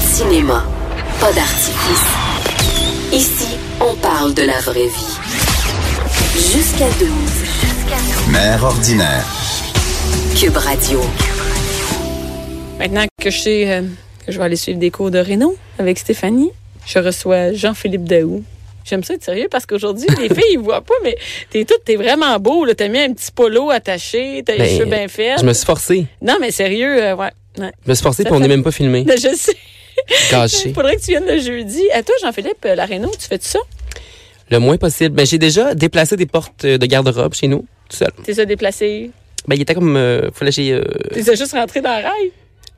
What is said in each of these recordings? cinéma, pas d'artifice. Ici, on parle de la vraie vie. Jusqu'à 12. Mère ordinaire. Cube Radio. Maintenant que je sais euh, que je vais aller suivre des cours de Renault avec Stéphanie, je reçois Jean-Philippe Daou. J'aime ça être sérieux parce qu'aujourd'hui, les filles, ils voient pas, mais t'es tout, t'es vraiment beau. Là. T'as mis un petit polo attaché, t'as les Ben, cheveux bien faits. Je me suis forcé. Non, mais sérieux, euh, ouais. ouais. Je me suis forcé, Ça puis on fait- n'est même pas filmé. Mais Je sais. Gâché. Il faudrait que tu viennes le jeudi. À toi, Jean-Philippe, euh, la Renault, tu fais tout ça? Le moins possible. Ben, j'ai déjà déplacé des portes euh, de garde-robe chez nous, tout seul. T'es ça déplacé? Ben, il était comme. Euh, fallait que j'ai. euh, T'es ça juste rentré dans le rail?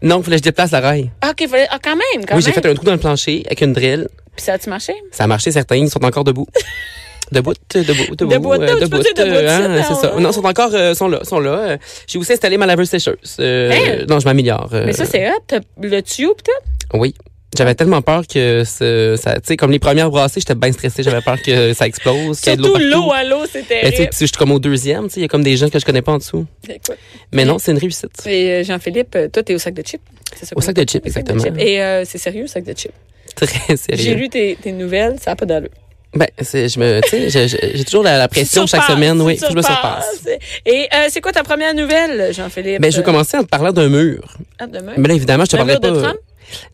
Non, fallait que je déplace la rail. Ah, OK, fallait- ah, quand même, quand oui, j'ai même. fait un trou dans le plancher avec une drill. Puis ça a-tu marché? Ça a marché, certains. Ils sont encore debout. debout, euh, debout, debout. Debout, euh, tu peux dire debout, euh, hein, c'est ça, c'est ça. on- Non, ils sont encore. euh, sont là, sont là. Euh, J'ai aussi installé ma laveuse sécheuse. Euh, Hein? Non, je m'améliore. euh, Mais ça, c'est hot. T'as Le tuyau, pis tout? Oui. J'avais tellement peur que ce- ça. Tu sais, comme les premières brassées, j'étais bien stressée. J'avais peur que ça explose. qu'il y ait de Surtout partout. l'eau à l'eau, c'est Mais tu sais, terrible. puis je suis comme au deuxième, tu sais, il y a comme des gens que je connais pas en dessous. Écoute. Mais non, c'est une réussite. Et euh, Jean-Philippe, euh, toi, t'es au sac de chips. C'est ça Au qu'on sac dit? de chips, Au sac de exactement. chips. Et euh, c'est sérieux, au sac de chips. Très J'ai sérieux. lu tes, tes nouvelles, ça n'a pas d'allure. Ben, c'est, je me, tu sais, je- je- j'ai toujours la, la pression Tu te chaque surpasses, semaine, oui, tu faut que je me surpasse. Et euh, c'est quoi ta première nouvelle, Jean-Philippe? Ben, je vais commencer en te parlant d'un mur. Ah, demain. Mais là, évidemment, je te Un parlais Euh, mur de pas. Trump?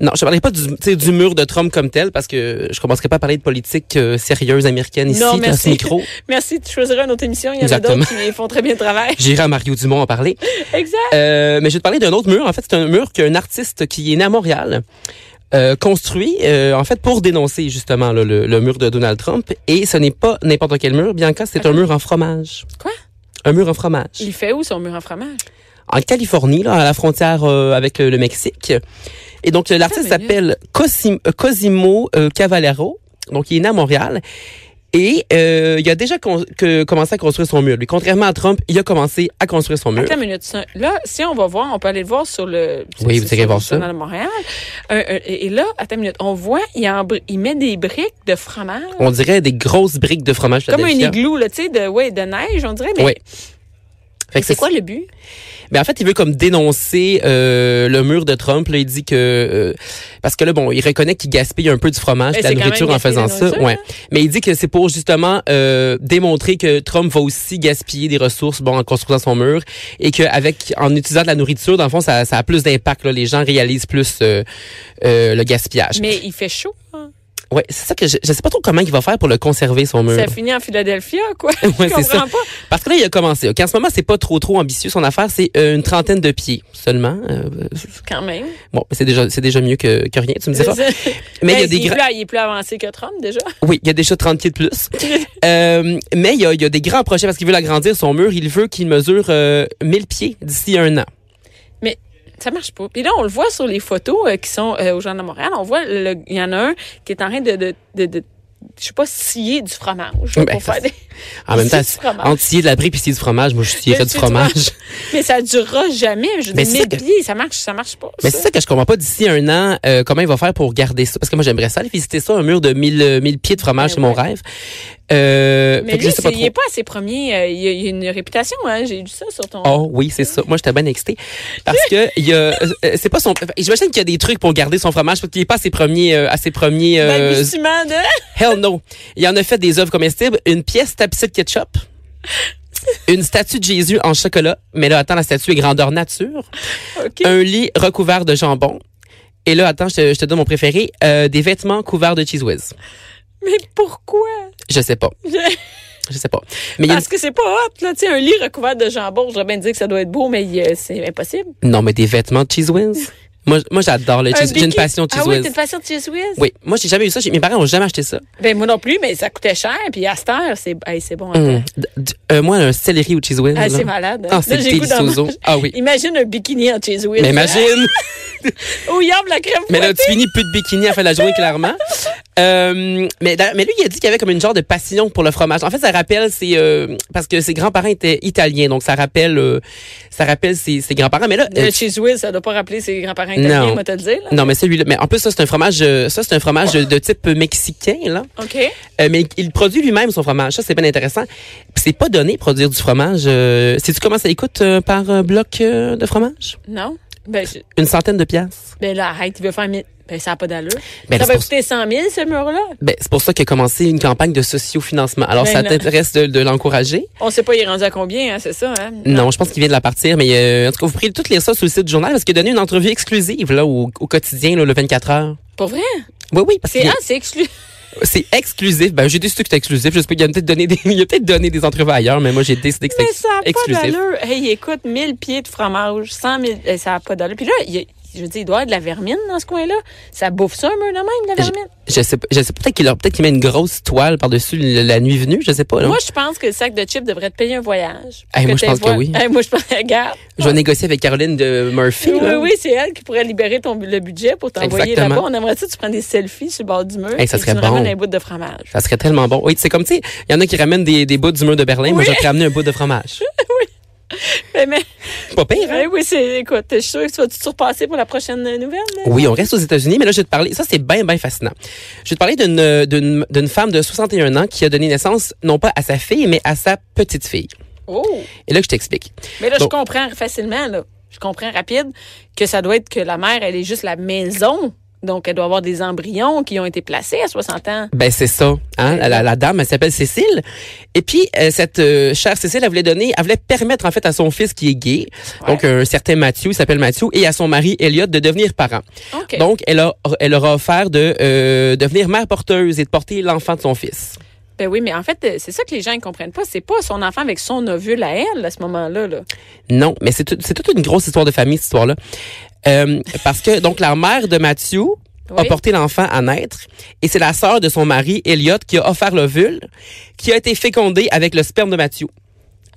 Non, je te parlais pas du, tu sais, du mur de Trump comme tel, parce que je commencerai pas à parler de politique euh, sérieuse américaine ici, Non, dans merci. ce micro. Merci, tu choisiras une autre émission. Il y en a Exactement. d'autres qui font très bien le travail. J'irai à Mario Dumont en parler. exact. Euh, mais je vais te parler d'un autre mur. En fait, c'est un mur qu'un artiste qui est né à Montréal euh, construit, euh, en fait, pour dénoncer justement là, le, le mur de Donald Trump. Et ce n'est pas n'importe quel mur. Bianca, c'est un mur en fromage. Quoi? Un mur en fromage. Il fait où son mur en fromage? En Californie, là, à la frontière euh, avec euh, le Mexique. Et donc, euh, l'artiste Attends une s'appelle Cosim- euh, Cosimo euh, Cavallero. Donc, il est né à Montréal. Et euh, il a déjà con- que- commencé à construire son mur. Lui, contrairement à Trump, il a commencé à construire son mur. Attends une minute. c'est un- Là, si on va voir, on peut aller le voir sur le. Oui, sur- vous irez sur voir le ça. journal de Montréal. Un- un- et et là, attends une minute. On voit, il, en bri- il met des briques de fromage. On dirait des grosses briques de fromage Comme un Philadelphia. igloo, là, tu sais, de, ouais, de neige, on dirait. Mais Ouais. mais Fait que Ah, c'est quoi le but? Mais en fait, il veut comme dénoncer euh, le mur de Trump. Là, il dit que euh, parce que là, bon, il reconnaît qu'il gaspille un peu du fromage, Ben, de la c'est quand nourriture même en gaspiller faisant de la ça. nourriture, Ouais. Mais il dit que c'est pour justement euh, démontrer que Trump va aussi gaspiller des ressources, bon, en construisant son mur, et qu'avec en utilisant de la nourriture, dans le fond, ça, ça a plus d'impact. Là, les gens réalisent plus euh, euh, le gaspillage. Mais il fait chaud. hein. Ouais, c'est ça que je, je sais pas trop comment il va faire pour le conserver son mur. Ça finit en Philadelphie, quoi. Ouais, je c'est ça. comprends pas. Parce que là, il a commencé. OK, en ce moment, c'est pas trop trop ambitieux. Son affaire, c'est euh, une trentaine de pieds seulement. Euh, Quand même. bon, c'est déjà c'est déjà mieux que, que rien, tu me diras. Mais il y a Ben, des est grands. plus- il est plus avancé que Trump, déjà. Oui, il y a déjà 30 pieds de plus. Euh, mais il y a, il y a des grands projets parce qu'il veut l'agrandir son mur. Il veut qu'il mesure euh, 1000 pieds d'ici un an. Ça marche pas. Puis là, on le voit sur les photos euh, qui sont euh, aux gens de Montréal. On voit, le- il y en a un qui est en train de, de, de, de- je sais pas, scier du fromage. là, Ben, pour ça, faire des- En même C'est temps, du fromage. entre scier de la brique puis scier du fromage, moi je scierais Mais du c'est du fromage. fromage. Mais ça durera jamais. Je Mais dis, c'est mille ça que- pieds, ça marche, ça marche pas. Mais ça. c'est ça que je comprends pas d'ici un an, euh, comment il va faire pour garder ça. Parce que moi, j'aimerais ça aller visiter ça, un mur de 1000, euh, 1000 pieds de fromage, Ben c'est mon ouais. rêve. Euh, Mais fait que lui, je sais pas c'est- il trop. est pas à ses premiers. euh, il, y a, il y a une réputation, hein. J'ai lu ça sur ton. Oh oui, c'est ça. Moi, j'étais bien excitée. Parce que il y a, euh, euh, c'est pas son. J'imagine qu'il y a des trucs pour garder son fromage parce qu'il est pas à ses premiers, euh, à ses premiers. euh, Balbutiement de. hell no. Il en a fait des œuvres comestibles, une pièce tapissée de ketchup. Une statue de Jésus en chocolat, mais là, attends, la statue est grandeur nature. OK. Un lit recouvert de jambon. Et là, attends, je te, je te donne mon préféré, euh, des vêtements couverts de cheese whiz. Mais pourquoi? Je sais pas, je sais pas. Mais il y a Parce que c'est pas hot, là. Tu sais, un lit recouvert de jambon, j'aurais bien dit que ça doit être beau, mais euh, c'est impossible. une- non, mais des vêtements de cheese whiz. moi, moi j'adore le Un cheese. J'ai une bikini- passion cheese Ah oui, whiz. t'as une passion de cheese whiz? Oui, moi j'ai jamais eu ça. J'ai- Mes parents ont jamais acheté ça. Ben, moi non plus, mais ça coûtait cher, puis à cette heure, c'est hey, c'est bon. Hum. attends. D- d- euh, moi, un céleri au cheese whiz. Ah, là. c'est malade. Ah, c'est Là, j'ai le goût d'en délicioso. manger. Ah oui. Imagine un bikini en cheese whiz. Mais imagine. Ou yam la crème Mais là, tu fouettée. finis plus de bikini à la fin de la journée, clairement. Euh, mais, dans- mais lui, il a dit qu'il y avait comme une genre de passion pour le fromage. En fait, ça rappelle ses... euh, parce que ses grands-parents étaient italiens, donc ça rappelle euh, ça rappelle ses, ses grands-parents. Mais là... euh, Le cheese whiz, ça doit pas rappeler ses grands-parents Non. italiens, moi, te le dire, là. non, mais celui-là... Mais en plus, ça, c'est un fromage... euh, Ça, c'est un fromage de type mexicain, là. OK. Euh, mais il produit lui-même son fromage. Ça, c'est bien intéressant. Puis c'est pas donné, produire du fromage. Euh, Sais-tu comment ça écoute euh, par euh, bloc euh, de fromage? Non. Ben, je- Une centaine de piastres. ben là, arrête, il veut faire 1000. Ben, ça n'a pas d'allure. Ben, ça c'est va pour, coûter 100 000, ce mur-là. ben, c'est pour ça qu'a commencé une campagne de sociofinancement. Alors, Ben ça non. t'intéresse de, de l'encourager? On sait pas, il est rendu à combien, hein, c'est ça, hein? Non, je pense qu'il vient de la partir, mais euh, en tout cas, vous pourrez tout lire ça sur le site du journal parce qu'il a donné une entrevue exclusive là au, au quotidien, là, le 24 heures. Pour vrai? Oui, oui, parce que C'est, ah, c'est exclu. c'est exclusif. Ben, j'ai décidé que c'était exclusif. Je sais pas, il a peut-être donné des, il a peut-être donné des entrevues ailleurs, mais moi, j'ai décidé que Mais c'était ça n'a pas exclusif. d'allure. Hey, écoute, 1000 pieds de fromage, 100 000, eh, ça n'a pas d'allure. Puis là, il y a- je veux dire, il doit y avoir de la vermine dans ce coin-là. Ça bouffe ça, un mur de même, la vermine. Je sais, pas- je sais pas, peut-être qu'il a, peut-être qu'il met une grosse toile par-dessus le- la nuit venue. Je sais pas, là. Moi, je pense que le sac de chips devrait te payer un voyage. Eh, Oh. moi, je t'aies pense que voir- oui. Eh, moi, je pense, regarde. je vais négocier avec Caroline de Murphy. Oui, là. oui, c'est elle qui pourrait libérer ton, le budget pour t'envoyer Exactement. là-bas. On aimerait ça, que tu prends des selfies sur le bord du mur. Eh, ça et serait tu nous ramènes bon. un bout de fromage. Ça serait tellement bon. Oui, c'est comme, tu sais, il y en a qui ramènent des, des bouts du mur de Berlin. Moi, Oui. je vais te ramener un bout de fromage. Mais, mais- Pas pire, hein? eh oui, c'est, écoute, je suis sûre que tu vas te surpasser pour la prochaine euh, nouvelle. là. Oui, on reste aux États-Unis, mais là, je vais te parler. Ça, c'est bien, bien fascinant. Je vais te parler d'une, euh, d'une, d'une femme de 61 ans qui a donné naissance, non pas à sa fille, mais à sa petite fille. Oh! Et là, je t'explique. Mais là, Bon. je comprends facilement, là. Je comprends rapide que ça doit être que la mère, elle est juste la maison. Donc, elle doit avoir des embryons qui ont été placés à 60 ans. Ben c'est ça, hein? la, la- la dame, elle s'appelle Cécile. Et puis euh, cette euh, chère Cécile, elle voulait donner, elle voulait permettre en fait à son fils qui est gay, donc un certain Mathieu, il s'appelle Mathieu, et à son mari Elliot de devenir parent. OK. Donc elle a, elle leur a offert de euh, devenir mère porteuse et de porter l'enfant de son fils. ben oui, mais en fait, euh, c'est ça que les gens ne comprennent pas. C'est pas son enfant avec son ovule à elle, à ce moment-là. Là. Non, mais c'est tout- c'est toute une grosse histoire de famille cette histoire-là, Euh, parce que donc la mère de Mathieu a Oui. porté l'enfant à naître et c'est la sœur de son mari Elliot qui a offert l'ovule, qui a été fécondée avec le sperme de Mathieu.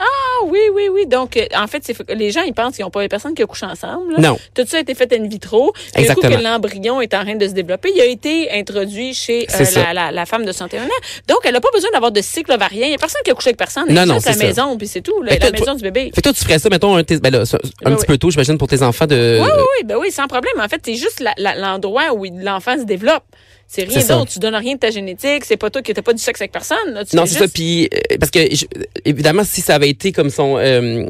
Ah oui, oui, oui. Donc, euh, en fait, c'est les gens, ils pensent qu'ils n'ont pas les personnes qui couchent ensemble. là. Non. Tout ça a été fait in vitro. Puis, Du coup, Exactement. que l'embryon est en train de se développer, il a été introduit chez euh, C'est ça. la, la- la femme de 61 ans. Donc, elle n'a pas besoin d'avoir de cycle ovarien. Il n'y a personne qui a couché avec personne. Elle Non, est non, juste à la c'est ça. maison, puis c'est tout. là, Fait que Ben, la toi- maison du bébé. Fait que toi, tu ferais ça, mettons, un, de tes- ben là, ça, un Ben petit oui. peu tôt, j'imagine, pour tes enfants de... Oui, oui, oui, ben oui, sans problème. En fait, c'est juste la- la- l'endroit où il- l'enfant se développe. C'est rien C'est ça. d'autre. Tu donnes rien de ta génétique. C'est pas toi qui n'étais pas du sexe avec personne. là. Tu fais Non, c'est ça, juste- puis... euh, parce que, je- évidemment, si ça avait été comme son... euh,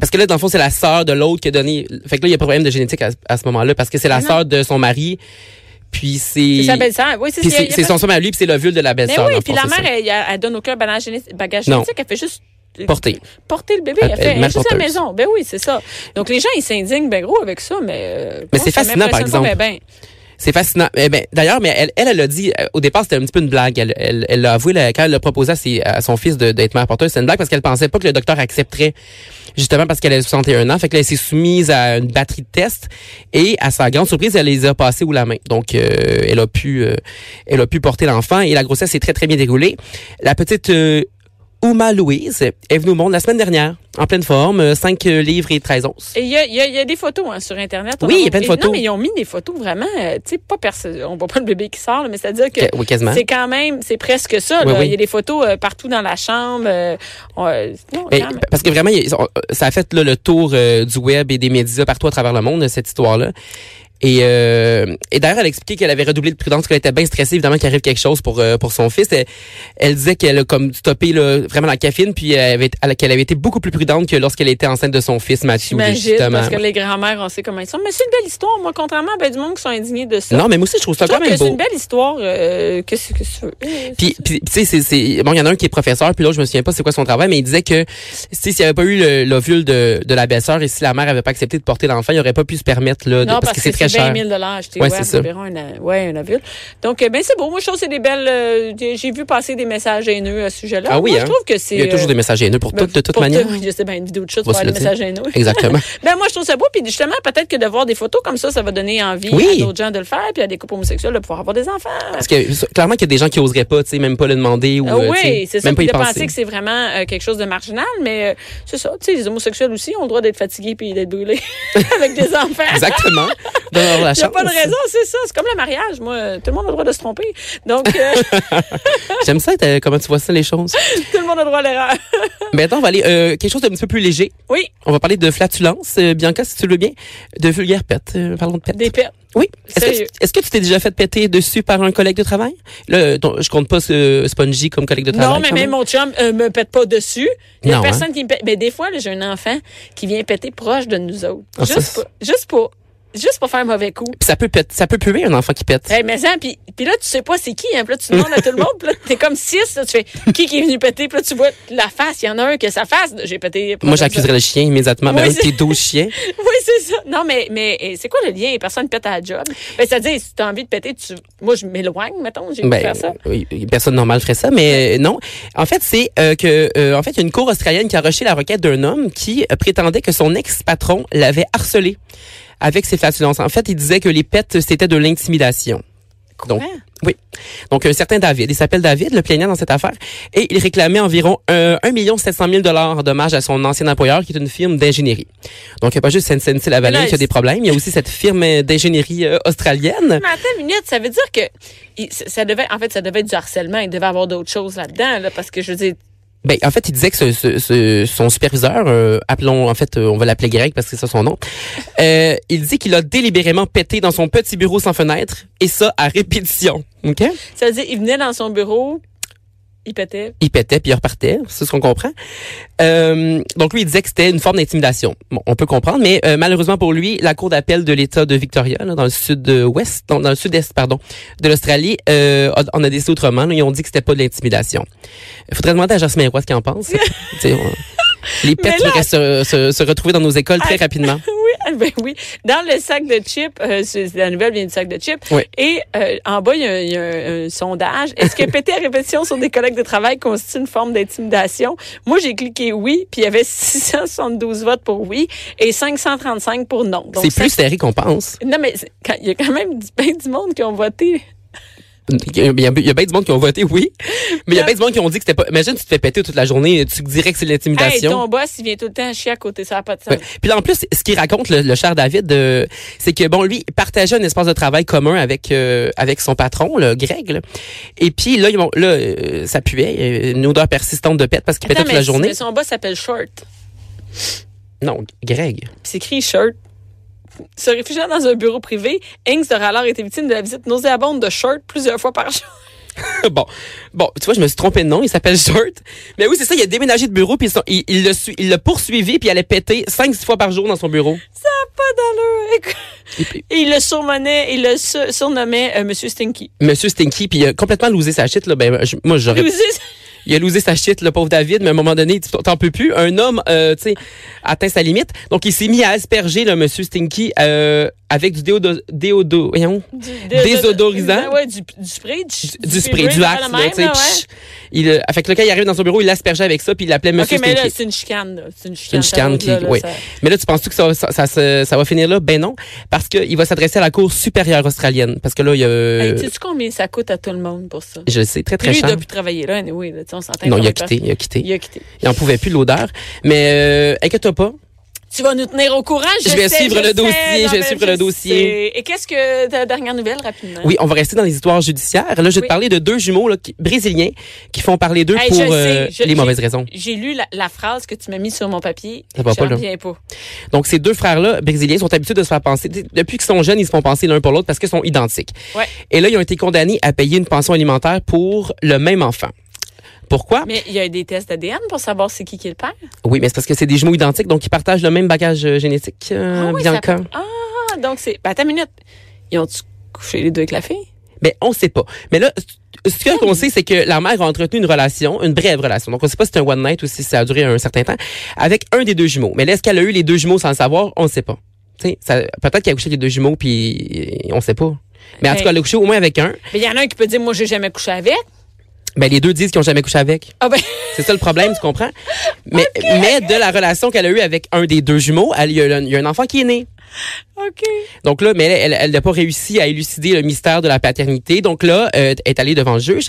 parce que là, dans le fond, c'est la sœur de l'autre qui a donné... Fait que là, il y a pas de problème de génétique à, à ce moment-là, parce que c'est la Ah Non. sœur de son mari, puis c'est... C'est sa belle-sœur. Oui, c'est Puis il y a- il c'est y a c'est pas- son somme à lui, puis c'est l'ovule de la Mais belle-sœur. oui, dans le puis fond, la c'est ça. mère, elle, elle donne aucun bagage génétique, bagage Non. génétique. Elle fait juste euh, Porter. porter le bébé. Euh, Elle fait mère elle est juste à la porteuse. maison. Ben oui, c'est ça. Donc les gens, ils s'indignent ben gros avec ça, mais. euh, Mais moi, c'est ça fascinant, par m'impressionne pas, exemple. ben, ben. C'est fascinant. Eh ben, D'ailleurs, mais elle, elle, elle a dit, euh, au départ, c'était un petit peu une blague. Elle elle- elle l'a avoué, là, quand elle l'a proposé à, ses- à son fils de- d'être mère porteuse, c'est une blague parce qu'elle pensait pas que le docteur accepterait, justement parce qu'elle a 61 ans. Fait que là, elle s'est soumise à une batterie de tests et, à sa grande surprise, elle les a passés ou la main. Donc, euh, elle a pu euh, elle a pu porter l'enfant et la grossesse s'est très, très bien déroulée. La petite... euh, Uma Louise est venue au monde la semaine dernière, en pleine forme, 5 livres et 13 onces. Et il y a, il y a- il y a des photos hein, sur Internet. On Oui, a- il y a plein de et- photos. Non, mais ils ont mis des photos vraiment, euh, tu sais, pas perso- On voit pas le bébé qui sort, là, mais c'est-à-dire que. Que- Oui, quasiment. C'est quand même, c'est presque ça. Hein? Oui, là. oui. Il y a des photos euh, partout dans la chambre. euh, on- euh, non, Ben, quand même. parce que vraiment, ils ont- ça a fait là, le tour euh, du web et des médias partout à travers le monde, cette histoire-là. Et, euh, et d'ailleurs, elle expliquait qu'elle avait redoublé de prudence, qu'elle était bien stressée, évidemment, qu'il arrive quelque chose pour euh, pour son fils. Elle, elle disait qu'elle a comme stoppé là, vraiment la caféine, puis elle avait, elle- qu'elle avait été beaucoup plus prudente que lorsqu'elle était enceinte de son fils, Mathieu, J'imagine, justement. parce que les grands-mères, on sait comment ils sont. Mais c'est une belle histoire, moi, contrairement à ben du monde qui sont indignés de ça. Non, mais moi aussi, je trouve ça Je quand trouve que même c'est une beau. belle histoire. euh, Qu'est-ce que tu veux? Euh, Puis, puis tu sais, c'est- c'est bon, il y en a un qui est professeur, puis l'autre, je me souviens pas c'est quoi son travail, mais il disait que si s'il n'y avait pas eu le- l'ovule de, de la belle-sœur et si la mère avait pas accepté de porter l'enfant, il aurait pas pu se permettre là, de- Non, parce que c'est 20 très cher. 000 acheté. Ouais, Ouais, c'est c'est ça. ouais, un ovule. Donc, euh, ben, c'est beau. Moi, je trouve que c'est des belles. euh, des- J'ai vu passer des messages haineux à ce sujet-là. Ah oui, Moi, hein? je trouve que c'est. Il y a toujours des messages haineux pour euh, ben, toutes, de toute pour manière. tout- je sais, ben, une vidéo de chat, tu On va vas se avoir le des dire. messages haineux. Exactement. Ben, moi, je trouve ça beau. Puis, justement, peut-être que de voir des photos comme ça, ça va donner envie Oui. Ah, à d'autres gens de le faire, puis à des couples homosexuels de pouvoir avoir des enfants. Parce que so- clairement qu'il y a des gens qui oseraient pas, tu sais, même pas le demander ou Ah euh, tu sais, oui, c'est ça. même pas Puis y de penser. penser que c'est vraiment euh, quelque chose de marginal, mais euh, c'est ça. Tu sais, les homosexuels aussi ont le droit d'être fatigués puis d'être brûlés avec des enfants. Exactement. Dans la Il n'y a chance. pas de raison, c'est ça. C'est comme le mariage, moi. euh, Tout le monde a le droit de se tromper. Donc, euh, J'aime ça t'as- comment tu vois ça les choses. tout le monde a le droit à l'erreur. Maintenant, on va aller euh, quelque chose d'un petit peu plus léger. Oui, On va parler de flatulence, euh, Bianca si tu le veux bien, de vulgaire pète. Euh, parlons de pète. des pets. Oui. Est-ce que, Sérieux. tu- est-ce que tu t'es déjà fait péter dessus par un collègue de travail Là, ton- je compte pas ce Spongy comme collègue de travail. Non, mais quand même mon chum euh, me pète pas dessus. Il y a Non, hein? personne qui me pète. Mais des fois, là, j'ai un enfant qui vient péter proche de nous autres. Ah, ça, juste, c'est- pour, juste pour Juste pour faire un mauvais coup. Puis ça peut pète- ça peut puer un enfant qui pète. Hey, mais ça, puis, puis là, tu sais pas c'est qui, hein. Puis là, tu demandes à tout le monde, puis là, t'es comme six, là, tu fais qui qui est venu péter, puis là, tu vois la face, il y en a un que sa face, j'ai pété. Moi, j'accuserais le chien immédiatement. Ben, Oui, un de c'est- tes 12 chiens. Oui, c'est ça. Non, mais, mais eh, c'est quoi le lien? Personne pète à la job. Ben, c'est-à-dire, si t'as envie de péter, tu... moi, je m'éloigne, mettons, j'ai envie de Ben, faire ça. oui, personne normale ferait ça, mais euh, non. En fait, c'est euh, que euh, en fait, il y a une cour australienne qui a rejeté la requête d'un homme qui euh, prétendait que son ex-patron l'avait harcelé avec ses flatulences. En fait, il disait que les pets c'était de l'intimidation. Donc, oui. Donc, un certain David. Il s'appelle David, le plaignant dans cette affaire. Et il réclamait environ euh, 1 700 000 en dommages à son ancien employeur, qui est une firme d'ingénierie. Donc, il n'y a pas juste SNC Lavalin Mais là, qui a des il- problèmes. Il y a aussi cette firme euh, d'ingénierie euh, australienne. Mais attends une minute, ça veut dire que il- ça ça devait, en fait, ça devait être du harcèlement. Il devait avoir d'autres choses là-dedans, là, parce que je veux dire, Ben, en fait, il disait que ce- ce- ce- son superviseur, euh, appelons, en fait, euh, on va l'appeler Greg parce que c'est ça son nom. Euh, il dit qu'il a délibérément pété dans son petit bureau sans fenêtre et ça à répétition. Ok ça veut dire, il venait dans son bureau, il pétait. Il pétait puis il repartait, c'est ce qu'on comprend. Euh, donc lui, il disait que c'était une forme d'intimidation. Bon, on peut comprendre, mais euh, malheureusement pour lui, la cour d'appel de l'État de Victoria, là, dans le sud-ouest, dans, dans le sud-est, pardon, de l'Australie, euh, a- on a décidé autrement. là. ils ont dit que c'était pas de l'intimidation. Il faudrait demander à Jasmine Roy ce qu'elle en pense. Tu sais, on- Les pets Mais là- pourraient se, se- se retrouver dans nos écoles très Ah. rapidement. Oui, ah, ben oui. Dans le sac de chips, euh, c'est- c'est- la nouvelle vient du sac de chips. Oui. Et euh, en bas, il y a un, il y a un- un sondage. Est-ce que péter à répétition sur des collègues de travail constitue une forme d'intimidation? Moi, j'ai cliqué oui, puis il y avait 672 votes pour oui et 535 pour non. Donc, C'est plus ça- serré qu'on pense. Non, mais c'est- quand- il y a quand même du, ben du monde qui ont voté. Il y a, il y a bien du monde qui ont voté oui, mais il y a bien du monde qui ont dit que c'était pas. Imagine, tu te fais péter toute la journée, tu dirais que c'est de Hey, l'intimidation. ton boss, il vient tout le temps chier à côté, ça n'a pas de sens. Ouais. Puis là, en plus, ce qu'il raconte, le, le cher David, euh, c'est que, bon, lui, il partageait un espace de travail commun avec euh, avec son patron, le Greg. là. Et puis là, ils vont- là euh, ça puait, euh, une odeur persistante de pète parce qu'il pétait Attends, toute la mais- journée. mais son boss s'appelle Short. Non, Greg. puis c'est écrit Shirt. Se réfugiant dans un bureau privé, Hanks aurait alors été victime de la visite nauséabonde de Shirt plusieurs fois par jour. bon, bon, tu vois, je me suis trompé de nom, il s'appelle Short. Mais oui, c'est ça, il a déménagé de bureau, puis ils sont- il, il l'a su- il l'a poursuivi, puis il allait péter cinq, six fois par jour dans son bureau. Ça n'a pas d'allure. Écoute. Et puis- Et il le surmenait, il le su- surnommait euh, Monsieur Stinky. Monsieur Stinky, puis il a complètement losé sa shit, là. Ben, je- moi, j'aurais Vous dites- Il a losé sa shit, le pauvre David, mais à un moment donné, tu- t'en peux plus. Un homme, euh, tu sais, atteint sa limite. Donc, il s'est mis à asperger le monsieur Stinky euh, avec du déodo, déodo, voyons, du- Désodorisant. Ouais, du, du spray. Du, du, du spray, du de la axe, là, même, tu sais. là, psh. Il, euh, fait que là, quand il arrive dans son bureau, il l'aspergeait avec ça, puis il l'appelait ouais. monsieur OK, mais là, Stinky. c'est une chicane. là. C'est une chicane. C'est une ça chicane va qui, Euh, au-delà, là, oui. ça- Mais là, tu penses-tu que ça, ça, ça, se- ça va finir là? Ben non, parce qu'il va s'adresser à la Cour supérieure australienne. Parce que là, il y a... Hey, tu sais combien ça coûte à tout le monde pour ça? je le sais, très, très Lui, il cher. doit plus travailler là, anyway. Là, tu sais, on s'entend Non, qu'on il a est pas- quitté, il a quitté. Il a quitté. Il en pouvait plus de l'odeur. Mais euh, inquiète-toi pas, Tu vas nous tenir au courant. Je, Je vais sais, suivre je le sais, dossier, non, je vais mais suivre le dossier. sais. Et qu'est-ce que ta dernière nouvelle rapidement Oui, on va rester dans les histoires judiciaires. Là, je vais te Oui. parler de deux jumeaux là, qui- brésiliens qui font parler d'eux Hey, pour je sais, euh, je- les mauvaises raisons. J'ai lu la, la phrase que tu m'as mise sur mon papier. Ça va pas, J'en là. reviens pas. Donc, ces deux frères-là, brésiliens, sont habitués de se faire penser. tu sais, Depuis qu'ils sont jeunes, ils se font penser l'un pour l'autre parce qu'ils sont identiques. Ouais. Et là, ils ont été condamnés à payer une pension alimentaire pour le même enfant. Pourquoi? Mais il y a eu des tests d'ADN pour savoir c'est qui qui est le père. Oui, mais c'est parce que c'est des jumeaux identiques, donc ils partagent le même bagage euh, génétique, euh, oui, ça Bianca. peut- Ah, donc c'est. Ben, attends une minute. Ils ont-tu couché les deux avec la fille? Mais on sait pas. Mais là, ce- ce qu'on sait, c'est que la mère a entretenu une relation, une brève relation. Donc, on sait pas si c'est un one night ou si ça a duré un certain temps, avec un des deux jumeaux. Mais là, est-ce qu'elle a eu les deux jumeaux sans le savoir? On sait pas. Tu sais, ça- Peut-être qu'elle a couché avec les deux jumeaux, puis euh, on sait pas. Mais en Hey. tout cas, elle a couché au moins avec un. Mais il y en a un qui peut dire, moi, j'ai jamais couché avec. Ben, les deux disent qu'ils ont jamais couché avec. Ah, ben. C'est ça le problème, tu comprends? Mais, mais de la relation qu'elle a eue avec un des deux jumeaux, elle- il y, a un- il y a un enfant qui est né. OK. Donc là, mais elle- elle elle n'a pas réussi à élucider le mystère de la paternité. Donc là, euh, elle est allée devant le juge.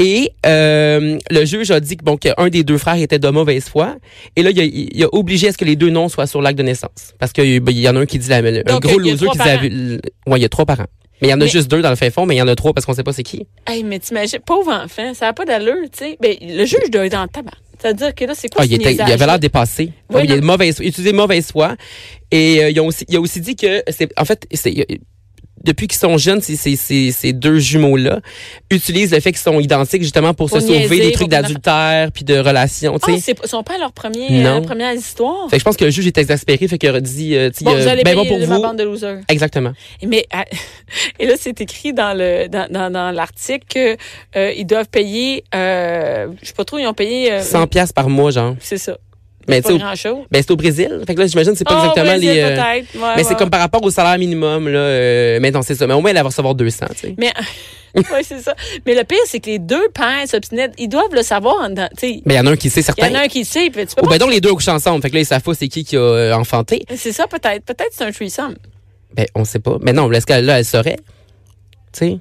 Et euh, le juge a dit que, bon, qu'un des deux frères était de mauvaise foi. Et là, il a, il a obligé à ce que les deux noms soient sur l'acte de naissance. Parce qu'il y en a un qui dit la, le- un Donc, gros il y a loser trois qui dit... la- parents. le- ouais, il y a trois parents. Mais il y en a Mais- juste deux dans le fin fond, mais il y en a trois parce qu'on sait pas c'est qui. Hey, mais t'imagines, pauvre enfant, ça n'a pas d'allure, tu sais. Ben, le juge doit être en tabac. C'est-à-dire que là, c'est quoi Ah, ce il, était- il niaisage-là? avait l'air dépassé. Oui, il, a non. mauvaise, il utilisait mauvaise foi. Et euh, ils ont aussi, il a aussi dit que, c'est, en fait, c'est, depuis qu'ils sont jeunes, ces, ces, ces, ces deux jumeaux-là utilisent le fait qu'ils sont identiques justement pour, Pour se sauver niaiser, des pour trucs qu'on a- d'adultère puis de relations. Ah, tu sais. c'est- ils sont pas à leur premier, euh, Non. première histoire. Fait que je pense que le juge est exaspéré, fait qu'il aurait dit, euh, tu sais, Bon, euh, vous allez ben bon payer Euh, pour de ma vous. bande de losers. Exactement. Mais à- et là, c'est écrit dans le dans, dans, dans l'article qu'ils doivent payer. Euh, je sais pas trop, ils ont payé. euh, 100 piastres par mois, genre. C'est ça. Mais C'est tu sais, pas Ah, au- grand Oh, chose. ben, c'est au Brésil. Fait que là, j'imagine, c'est pas exactement les. euh, mais c'est comme par rapport au salaire minimum, là. euh, mais non, c'est ça. Mais au moins, elle va recevoir 200, tu sais. Mais ah, ouais, c'est ça. Mais le pire, c'est que les deux pères s'obstinaient. Ils doivent le savoir. en dedans, tu sais. Mais il y en a un qui sait, Il y en certain. a un qui le sait. puis Tu peux Ou pas- ben donc, les deux couchent ensemble. Fait que là, ils savent pas c'est qui qui a euh, enfanté. C'est ça, peut-être. Peut-être c'est un threesome. Ben, on sait pas. Mais non, est-ce qu'elle, là, elle saurait? Tu sais?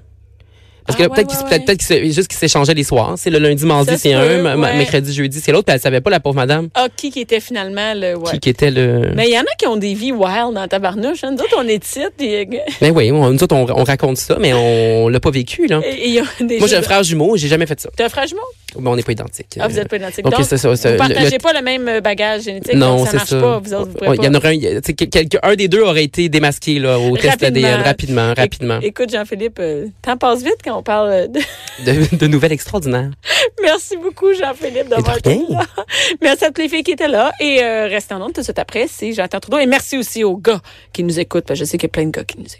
Parce que Ah, là, peut-être ouais, qu'ils ouais, peut-être- ouais. peut-être qu'ils se- juste qu'ils s'échangeaient les soirs. C'est le lundi, mardi, Ça c'est se un, peut, ma- ma- ouais. mercredi, jeudi, c'est l'autre, puis elle savait pas, la pauvre madame, Ah, qui qui était finalement le. Ouais. qui, qui était le. Mais il y en a qui ont des vies wild dans tabarnouche. Hein. Nous autres, on est titres. euh, Et, Mais Ben oui, on, nous autres, on, on raconte ça, mais on l'a pas vécu, là. et- et ils ont des Moi, j'ai un choses- frère jumeau, j'ai jamais fait ça. T'as un frère jumeau? Mais on n'est pas identiques. euh, Ah, vous êtes pas identiques. Donc, Donc, c'est ça, ça, vous le- partagez le- pas le même euh, bagage génétique. non, donc ça c'est marche ça. pas. Vous autres, vous pourrez Ouais, Il y en pas. aura un, tu sais, quelqu'un- un des deux aurait été démasqué là, au test Rapidement. ADN rapidement, rapidement. Écoute, Jean-Philippe, euh, t'en passes vite quand on parle de... De, de nouvelles extraordinaires. Merci beaucoup, Jean-Philippe, d'avoir Et de été rien. là. Merci à toutes les filles qui étaient là. Et euh, restez en ondes tout de suite après, c'est Jonathan Trudeau. Et merci aussi aux gars qui nous écoutent, parce que je sais qu'il y a plein de gars qui nous écoutent.